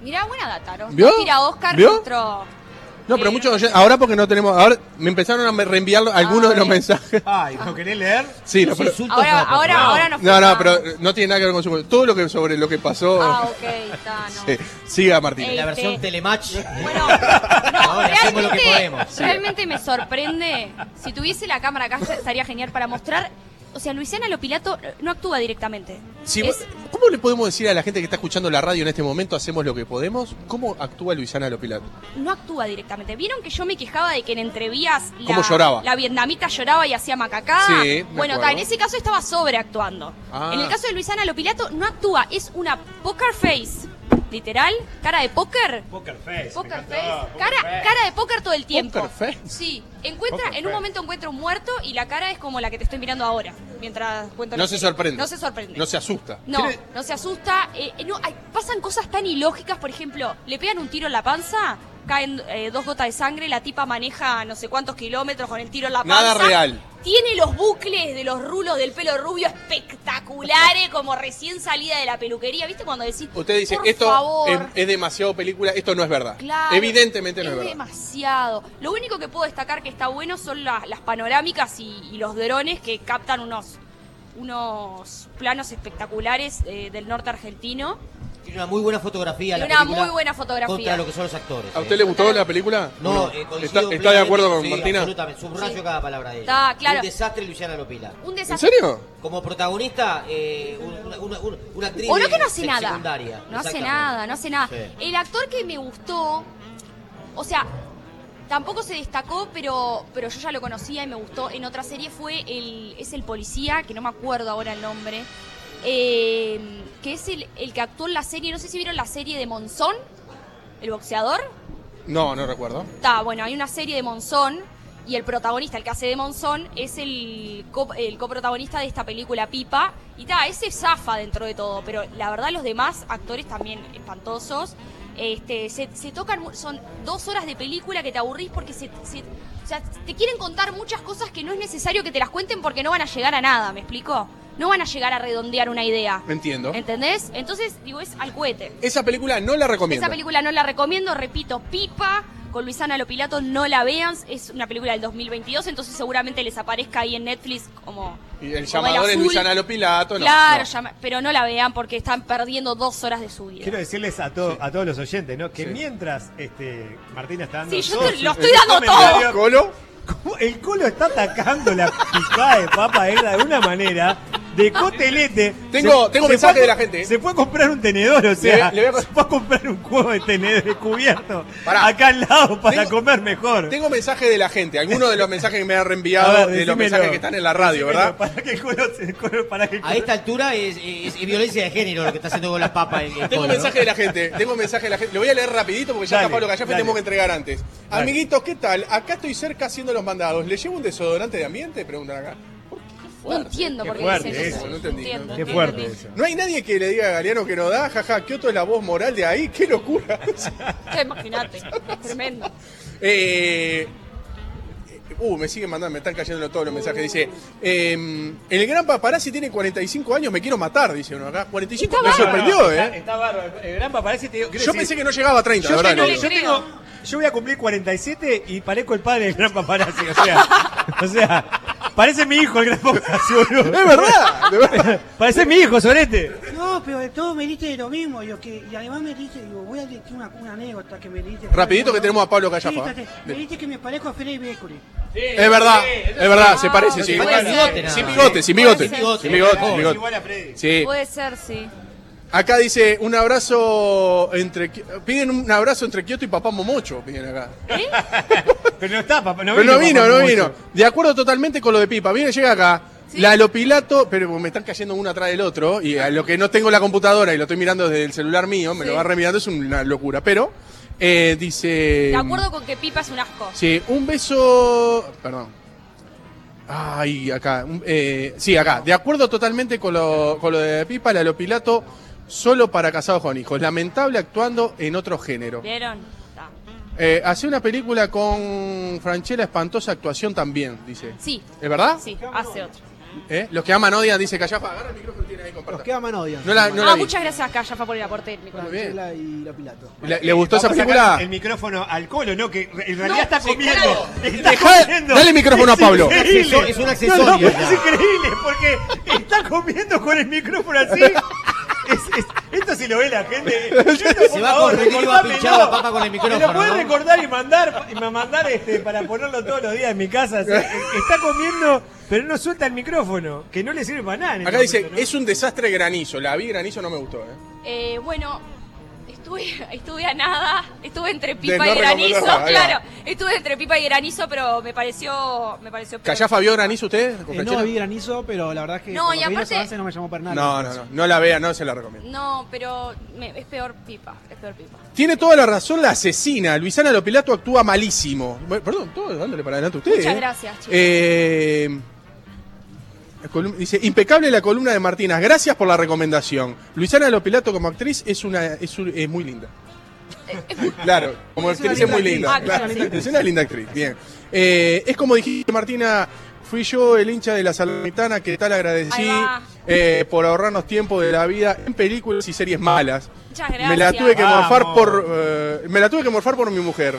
Speaker 2: Mirá, buena data, ¿no?
Speaker 4: ¿Vio?
Speaker 2: Mira, Oscar,
Speaker 4: ¿Vio?
Speaker 2: nuestro...
Speaker 4: No,
Speaker 2: Eh.
Speaker 4: pero muchos oyen- ahora porque no tenemos, ahora me empezaron a me- reenviar algunos de los
Speaker 2: Ay.
Speaker 4: mensajes.
Speaker 8: Ay, ¿lo querés leer?
Speaker 4: Sí, no,
Speaker 5: Los
Speaker 4: pero,
Speaker 5: insultos
Speaker 2: Ahora,
Speaker 5: no, por
Speaker 2: ahora,
Speaker 5: favor.
Speaker 2: ahora nos
Speaker 4: no, no,
Speaker 2: fijamos.
Speaker 4: pero no tiene nada que ver con su todo lo que sobre lo que pasó.
Speaker 2: Ah, ok, está, no.
Speaker 4: Sí, siga Martín.
Speaker 2: Ey.
Speaker 5: La versión
Speaker 2: Este-
Speaker 5: telematch.
Speaker 2: Bueno, no,
Speaker 5: Ahora hacemos lo que
Speaker 2: realmente,
Speaker 5: podemos. Sí.
Speaker 2: realmente me sorprende. Si tuviese la cámara acá estaría genial para mostrar. O sea, Luisiana Lopilato no actúa directamente.
Speaker 4: Si-
Speaker 2: Es-
Speaker 4: ¿Cómo le podemos decir a la gente que está escuchando la radio en este momento, hacemos lo que podemos? ¿Cómo actúa Luisana Lopilato?
Speaker 2: no actúa directamente. ¿Vieron que yo me quejaba de que en entrevías la,
Speaker 4: ¿Cómo lloraba?
Speaker 2: la vietnamita lloraba y hacía macacada?
Speaker 4: Sí, me
Speaker 2: bueno,
Speaker 4: acuerdo.
Speaker 2: ta, en ese caso estaba sobreactuando.
Speaker 4: Ah.
Speaker 2: En el caso de Luisana Lopilato no actúa, es una poker face. Literal, cara de póker.
Speaker 8: Poker Face.
Speaker 2: Poker face, cara, cara de póker todo el tiempo.
Speaker 4: Poker face.
Speaker 2: Sí, encuentra,
Speaker 8: Poker
Speaker 2: en un
Speaker 8: face.
Speaker 2: momento encuentra un muerto y la cara es como la que te estoy mirando ahora, mientras cuento la
Speaker 4: No se
Speaker 2: serie.
Speaker 4: sorprende.
Speaker 2: eh, No se sorprende.
Speaker 4: No se asusta.
Speaker 2: No, no se asusta. eh, eh, no, hay- pasan cosas tan ilógicas, por ejemplo, le pegan un tiro en la panza, caen eh, dos gotas de sangre, la tipa maneja no sé cuántos kilómetros con el tiro en la panza.
Speaker 4: Nada real.
Speaker 2: Tiene los bucles de los rulos del pelo rubio espectaculares, como recién salida de la peluquería. ¿Viste cuando decís,
Speaker 4: Usted dice,
Speaker 2: por
Speaker 4: esto
Speaker 2: favor,
Speaker 4: es, es demasiado película, esto no es verdad.
Speaker 2: Claro,
Speaker 4: Evidentemente no es,
Speaker 2: es
Speaker 4: verdad.
Speaker 2: demasiado. Lo único que puedo destacar que está bueno son la- las panorámicas y, y los drones que captan unos, unos planos espectaculares eh, del norte argentino.
Speaker 5: Tiene una muy buena fotografía.
Speaker 2: Y
Speaker 5: la
Speaker 2: una
Speaker 5: película
Speaker 2: muy buena fotografía.
Speaker 5: Contra lo que son los actores.
Speaker 4: ¿A
Speaker 5: eh.
Speaker 4: usted le gustó la película?
Speaker 5: No, eh, coincido
Speaker 4: ¿Está, está de
Speaker 5: plenamente.
Speaker 4: acuerdo con
Speaker 5: Sí,
Speaker 4: Martina?
Speaker 5: Absolutamente, subrayo
Speaker 2: Sí.
Speaker 5: cada palabra de ella.
Speaker 2: Está, claro.
Speaker 5: Un desastre Luciana Lopila.
Speaker 2: Un
Speaker 4: ¿En
Speaker 2: desastre.
Speaker 4: serio?
Speaker 5: Como protagonista, eh, un- una, una- una- una actriz
Speaker 2: O no
Speaker 5: de-
Speaker 2: que no hace
Speaker 5: de
Speaker 2: nada.
Speaker 5: secundaria.
Speaker 2: No hace
Speaker 5: Exactamente.
Speaker 2: nada, no hace nada.
Speaker 5: Sí.
Speaker 2: El actor que me gustó, o sea, tampoco se destacó, pero, pero yo ya lo conocía y me gustó. En otra serie fue el. es el policía, que no me acuerdo ahora el nombre. eh, que es el, el que actuó en la serie, no sé si vieron la serie de Monzón, el boxeador.
Speaker 4: No, no recuerdo.
Speaker 2: Está, bueno, hay una serie de Monzón y el protagonista, el que hace de Monzón, es el, co- el coprotagonista de esta película Pipa. Y está, ese zafa dentro de todo, pero la verdad los demás actores también espantosos. Este, se, se tocan, mu- son dos horas de película que te aburrís porque se, se- o sea, te quieren contar muchas cosas que no es necesario que te las cuenten porque no van a llegar a nada, ¿me explico? No van a llegar a redondear una idea.
Speaker 4: Entiendo.
Speaker 2: ¿Entendés? Entonces, digo, es al cohete.
Speaker 4: Esa película no la recomiendo.
Speaker 2: Esa película no la recomiendo, repito, Pipa, con Luisana Lopilato, no la vean, es una película del 2022, entonces seguramente les aparezca ahí en Netflix como...
Speaker 4: Y el
Speaker 2: como
Speaker 4: llamador es
Speaker 2: azul.
Speaker 4: Luisana Lopilato. No,
Speaker 2: Claro,
Speaker 4: no.
Speaker 2: llama- pero no la vean porque están perdiendo dos horas de su vida.
Speaker 8: Quiero decirles a, to- a todos los oyentes, ¿no? Que
Speaker 4: Sí.
Speaker 8: mientras este, Martina está dando.
Speaker 2: Sí, yo
Speaker 8: todo
Speaker 2: te-
Speaker 8: su-
Speaker 2: lo estoy
Speaker 8: su
Speaker 2: dando
Speaker 8: comentario,
Speaker 4: ¿Colo?
Speaker 8: ¿cómo El culo está atacando la picada de papa era de una manera de cotelete.
Speaker 4: Tengo- tengo
Speaker 8: fue
Speaker 4: mensaje
Speaker 8: a-
Speaker 4: de la gente. ¿eh?
Speaker 8: Se fue a comprar un tenedor, o sea,
Speaker 4: le voy a-
Speaker 8: se fue a comprar un juego de tenedores cubierto
Speaker 4: Pará.
Speaker 8: acá al lado para
Speaker 4: Tengo-
Speaker 8: comer mejor.
Speaker 4: Tengo mensaje de la gente, algunos de los mensajes que me han reenviado,
Speaker 8: A ver,
Speaker 4: de los
Speaker 8: decímelo.
Speaker 4: mensajes que están en la radio, ¿verdad?
Speaker 8: Para que el culo, se- el culo- para que el
Speaker 5: A esta altura es, es- es violencia de género lo que está haciendo con las papas. el- el
Speaker 4: Tengo
Speaker 5: Colo, ¿no?
Speaker 4: mensaje de la gente, tengo mensaje de la gente. Lo voy a leer rapidito porque ya
Speaker 8: Dale,
Speaker 4: está Pablo Callafe,
Speaker 8: dale.
Speaker 4: tenemos que entregar antes.
Speaker 8: Dale.
Speaker 4: Amiguitos, ¿qué tal? Acá estoy cerca haciendo los mandados. ¿Le llevo un desodorante de ambiente? Preguntan acá. ¿Por qué?
Speaker 2: No entiendo
Speaker 3: Qué
Speaker 2: por qué
Speaker 3: fuerte
Speaker 2: dicen
Speaker 3: eso,
Speaker 2: eso.
Speaker 4: no entendí,
Speaker 2: Entiendo,
Speaker 4: no
Speaker 2: entiendo,
Speaker 4: Qué
Speaker 8: Qué
Speaker 2: entiendo.
Speaker 8: fuerte eso.
Speaker 4: No hay nadie que le diga a Galeano que no da, jaja, Kioto es la voz moral de ahí, qué locura.
Speaker 2: Sí, Imagínate, es tremendo.
Speaker 4: Eh, uh, me siguen mandando, me están cayendo todos los mensajes. Dice, eh, el gran paparazzi tiene 45 años, me quiero matar, dice uno acá. 45, me sorprendió,
Speaker 8: Está,
Speaker 4: ¿eh?
Speaker 8: está bárbaro. El gran paparazzi te digo.
Speaker 4: Yo pensé que no llegaba a 30, la
Speaker 8: Yo,
Speaker 4: verdad.
Speaker 8: tengo,
Speaker 4: que
Speaker 2: le
Speaker 8: yo,
Speaker 2: creo.
Speaker 8: tengo- yo voy a cumplir 47 y parezco el padre del gran paparazzi. O sea, o sea parece mi hijo el gran paparazzi, boludo.
Speaker 4: Es verdad, de verdad.
Speaker 8: Parece mi hijo, Sorete.
Speaker 9: No, pero todo me diste lo mismo. Yo que, y además me diste, digo, voy a decir una, una anécdota que me diste.
Speaker 4: Rapidito que tenemos a Pablo Callafa,
Speaker 9: Sí,
Speaker 4: ¿eh?
Speaker 9: fíjate, me
Speaker 4: De-
Speaker 9: diste que me parezco a Freddie Mercury.
Speaker 4: Es verdad, es verdad, se parece, sí.
Speaker 5: Sin bigote, nada
Speaker 4: Sin
Speaker 5: más.
Speaker 4: bigote, sin bigote.
Speaker 5: Sin bigote.
Speaker 4: Sin bigote, sin
Speaker 8: Es
Speaker 4: bigote.
Speaker 8: Oh, igual a Freddy.
Speaker 4: Sí.
Speaker 2: Puede ser, sí.
Speaker 4: Acá dice un abrazo entre. Ki- Piden un abrazo entre Kioto y Papá Momocho, piden acá.
Speaker 8: Pero no está, papá. No
Speaker 4: Pero no vino,
Speaker 8: papá
Speaker 4: no
Speaker 8: Mocho.
Speaker 4: vino. De acuerdo totalmente con lo de Pipa. Viene, llega acá. La Lopilato, pero me están cayendo uno atrás del otro. Y a lo que no tengo la computadora y lo estoy mirando desde el celular mío, me lo
Speaker 2: Sí.
Speaker 4: va remirando, es una locura. Pero, eh, dice.
Speaker 2: De acuerdo con que Pipa es un asco.
Speaker 4: Sí, un beso. Perdón. Ay, acá. un- eh, sí, acá. De acuerdo totalmente con lo, con lo de Pipa, la Lopilato solo para casados con hijos. Lamentable actuando en otro género.
Speaker 2: ¿Vieron? Está.
Speaker 4: Eh, hace una película con Franchella, espantosa actuación también, dice.
Speaker 2: Sí,
Speaker 4: ¿Es verdad?
Speaker 2: sí, hace otro.
Speaker 4: ¿Eh? Los que aman odian, dice Callafa. Agarra el micrófono que tiene ahí,
Speaker 10: Los
Speaker 4: comparta.
Speaker 10: que aman odian.
Speaker 4: No la- no la
Speaker 2: ah,
Speaker 4: vi.
Speaker 2: muchas gracias, Callafa, por el aporte del micrófono.
Speaker 4: Muy bien.
Speaker 10: Franchella y la Pilato.
Speaker 4: ¿Le, le gustó
Speaker 8: Eh, Vamos
Speaker 4: esa
Speaker 8: a sacar
Speaker 4: película?
Speaker 8: El micrófono al colo, ¿no? Que en realidad
Speaker 2: No,
Speaker 8: está
Speaker 2: sí,
Speaker 8: comiendo.
Speaker 2: claro.
Speaker 8: Está
Speaker 4: Dejá-
Speaker 8: comiendo.
Speaker 4: dale el micrófono a Pablo.
Speaker 8: Es,
Speaker 5: Es un
Speaker 8: increíble.
Speaker 5: accesorio, es un
Speaker 8: No, no, pero
Speaker 5: accesorio
Speaker 8: es
Speaker 5: ya.
Speaker 8: increíble porque está comiendo con el micrófono así. Es- es- esto si lo ve la gente. Esto, por
Speaker 5: Se va a
Speaker 8: favor,
Speaker 5: correr y va a
Speaker 8: recordame,
Speaker 5: pinchar la
Speaker 8: no.
Speaker 5: papa con el
Speaker 8: Me lo
Speaker 5: micrófono.
Speaker 8: puedes
Speaker 5: ¿no?
Speaker 8: recordar y mandar, y me mandar este, para ponerlo todos los días en mi casa. así. eh, Está comiendo, pero no suelta el micrófono, que no le sirve para nada. en
Speaker 4: Acá
Speaker 8: este
Speaker 4: dice,
Speaker 8: momento, ¿no?
Speaker 4: es un desastre granizo. La vi granizo, no me gustó. ¿eh?
Speaker 2: Eh, bueno, estuve, estuve a nada, estuve entre
Speaker 4: De
Speaker 2: pipa
Speaker 4: no
Speaker 2: y granizo,
Speaker 4: recomendar, ahí va.
Speaker 2: claro. Estuve entre pipa y granizo, pero me pareció. Me pareció peor.
Speaker 4: ¿Callafa vio granizo usted? con
Speaker 10: Eh, no
Speaker 4: Franchella?
Speaker 10: vi granizo, pero la verdad es que
Speaker 2: No,
Speaker 10: cuando
Speaker 2: y
Speaker 10: vi los
Speaker 2: aparte-
Speaker 10: avances no me llamó para nada.
Speaker 4: No, no, no, no la vea, no se la recomiendo.
Speaker 2: No, pero me- es peor pipa, es peor pipa.
Speaker 4: Tiene toda la razón la asesina. Luisana Lopilato actúa malísimo. Bueno, perdón, todo dándole para adelante a ustedes.
Speaker 2: Muchas
Speaker 4: ¿eh?
Speaker 2: gracias, chicos.
Speaker 4: Eh, la colum- dice, impecable la columna de Martínez. Gracias por la recomendación. Luisana Lopilato como actriz es una es, un- es muy linda. claro, como
Speaker 10: Es una
Speaker 4: actriz es muy
Speaker 10: linda
Speaker 4: linda.
Speaker 2: actriz. Ah,
Speaker 4: claro.
Speaker 2: es una
Speaker 4: es una linda actriz. Bien. Eh, es como dijiste, Martina, fui yo el hincha de la Salamitana que tal agradecí
Speaker 2: Ahí va.
Speaker 4: eh, por ahorrarnos tiempo de la vida en películas y series malas.
Speaker 2: Muchas gracias.
Speaker 4: Me la tuve que
Speaker 8: Vamos.
Speaker 4: morfar por eh, me la tuve que morfar por mi mujer.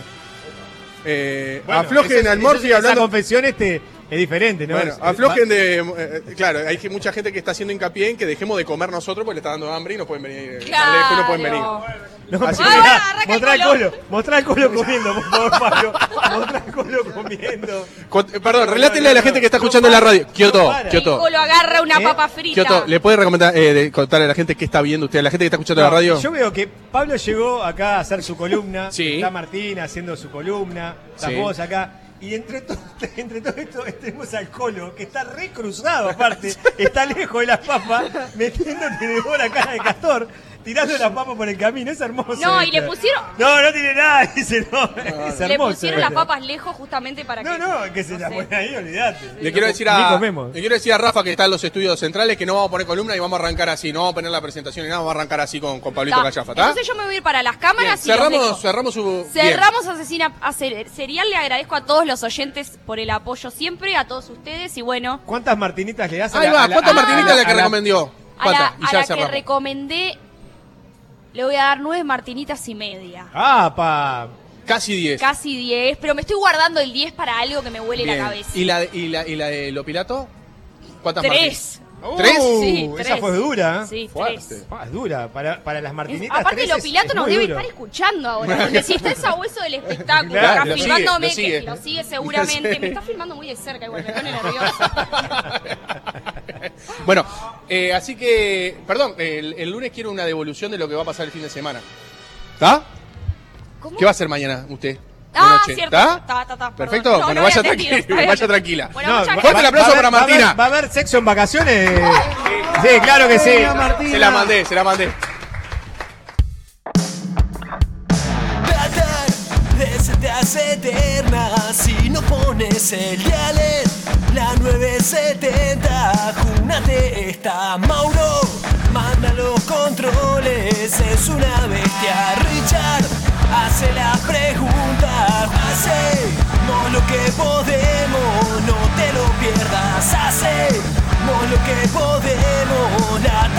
Speaker 4: Eh,
Speaker 8: Bueno,
Speaker 4: aflojen
Speaker 8: eso-
Speaker 4: al
Speaker 8: eso-
Speaker 4: Morphy
Speaker 8: esa
Speaker 4: hablando.
Speaker 8: confesión este es diferente, ¿no?
Speaker 4: Bueno,
Speaker 8: Es-
Speaker 4: aflojen de. eh, claro, hay que- mucha gente que está haciendo hincapié en que dejemos de comer nosotros porque le está dando hambre y no pueden venir. eh, tan lejos no pueden venir.
Speaker 8: No,
Speaker 4: Así
Speaker 8: pero
Speaker 4: que-
Speaker 8: pará,
Speaker 2: Ah, arranca el
Speaker 8: mostrá el
Speaker 2: colo.
Speaker 8: colo, mostrá el colo comiendo, por favor, Pablo. Mostrá el colo comiendo.
Speaker 4: Con- eh, perdón, relátenle a la gente que está
Speaker 8: No
Speaker 4: escuchando en la
Speaker 8: para,
Speaker 4: radio.
Speaker 8: no
Speaker 4: Kioto,
Speaker 8: para.
Speaker 4: Kioto.
Speaker 2: Nico lo agarra una
Speaker 8: ¿Eh?
Speaker 2: papa frita.
Speaker 4: Kioto, ¿le puede recomendar, eh, de- contarle a la gente qué está viendo usted, a la gente que está escuchando la
Speaker 8: No,
Speaker 4: radio?
Speaker 8: Yo veo que Pablo llegó acá a hacer su columna.
Speaker 4: Sí.
Speaker 8: Está Martín haciendo su columna. Estás
Speaker 4: Sí.
Speaker 8: vos acá. Y entre todo, entre todo esto tenemos al colo, que está recruzado aparte, está lejos de las papas, metiendo tenedor la cara de castor, tirando las papas por el camino, es hermoso.
Speaker 2: No, y le
Speaker 8: esto.
Speaker 2: pusieron-
Speaker 8: No, no tiene nada, dice, no, es hermoso.
Speaker 2: Le pusieron las
Speaker 8: esto.
Speaker 2: papas lejos justamente para
Speaker 8: No,
Speaker 2: que.
Speaker 8: no, que se
Speaker 2: no
Speaker 8: la
Speaker 2: sé.
Speaker 8: pone ahí, olvidate.
Speaker 4: Le quiero, decir
Speaker 8: Ni
Speaker 4: a,
Speaker 8: comemos.
Speaker 4: le quiero decir a Rafa que está en los estudios centrales que no vamos a poner columna y vamos a arrancar así, no vamos a poner la presentación y nada, vamos a arrancar así con, con Pablito
Speaker 2: Ta.
Speaker 4: Callafa, ¿está?
Speaker 2: Entonces yo me voy a ir para las cámaras
Speaker 4: Bien,
Speaker 2: y los
Speaker 4: cerramos, eh,
Speaker 2: dejo.
Speaker 4: cerramos su.
Speaker 2: Cerramos Asesina a Cere- Serial. Le agradezco a todos los oyentes por el apoyo siempre, a todos ustedes. Y bueno,
Speaker 8: ¿Cuántas martinitas le das a
Speaker 4: Bien. Ahí
Speaker 8: la-
Speaker 4: va,
Speaker 8: a la-
Speaker 4: ¿cuántas
Speaker 8: a la-
Speaker 4: Martinitas la que
Speaker 8: a la-
Speaker 4: recomendó?
Speaker 2: a la,
Speaker 4: Cuántas, y
Speaker 2: a
Speaker 4: ya
Speaker 2: la que
Speaker 4: cerramos.
Speaker 2: recomendé, le voy a dar nueve martinitas y media.
Speaker 8: Ah, pa.
Speaker 4: Casi 10.
Speaker 2: Casi diez, pero me estoy guardando el diez para algo que me huele
Speaker 4: Bien.
Speaker 2: la cabeza.
Speaker 4: ¿Y la, de- y, la, ¿Y la de Lopilato? ¿Cuántas
Speaker 2: Tres.
Speaker 4: Martinitas? ¿Tres?
Speaker 8: Uh,
Speaker 2: Sí,
Speaker 8: esa
Speaker 2: tres.
Speaker 8: fue dura. ¿eh?
Speaker 2: Sí,
Speaker 4: Fuerte.
Speaker 2: tres.
Speaker 8: Ah, es dura. Para, para las
Speaker 2: Es-
Speaker 8: martinitas.
Speaker 2: aparte,
Speaker 8: tres
Speaker 2: lo
Speaker 8: es-
Speaker 2: Pilato
Speaker 8: es
Speaker 2: nos
Speaker 8: muy
Speaker 2: debe
Speaker 8: duro.
Speaker 2: estar escuchando ahora. Porque si está el sabueso del espectáculo,
Speaker 8: Claro,
Speaker 2: está
Speaker 4: lo sigue,
Speaker 2: filmándome,
Speaker 4: lo sigue.
Speaker 2: que lo sigue seguramente.
Speaker 4: Sí.
Speaker 2: Me está filmando muy de cerca, igual me pone nerviosa.
Speaker 4: bueno, eh, así que, perdón, el, el lunes quiero una devolución de lo que va a pasar el fin de semana. ¿Está?
Speaker 2: ¿Cómo?
Speaker 4: ¿Qué va a hacer mañana usted? de
Speaker 2: Ah,
Speaker 4: noche?
Speaker 2: cierto.
Speaker 4: ¿Está?
Speaker 2: Ta, ta, ta,
Speaker 4: Perfecto,
Speaker 2: perdón. No,
Speaker 4: bueno,
Speaker 2: no
Speaker 4: vaya,
Speaker 2: había entendido,
Speaker 4: tranquila,
Speaker 2: está bien.
Speaker 4: vaya tranquila.
Speaker 2: Bueno, muchas
Speaker 8: va-
Speaker 2: gracias.
Speaker 4: Fuerte el aplauso
Speaker 8: va a haber-
Speaker 4: para Martina.
Speaker 8: Va a, haber, va a haber sexo en vacaciones? Sí, claro que sí.
Speaker 10: Venga, Martina.
Speaker 4: Se la mandé, se la mandé.
Speaker 11: tratar de se te hace eterna si no pones el dialet. la 970. Junate está Mauro. Manda los controles. Es una bestia. Richard hace la pregunta. Hacemos lo que podemos. No te lo pierdas. Hacemos lo que podemos. La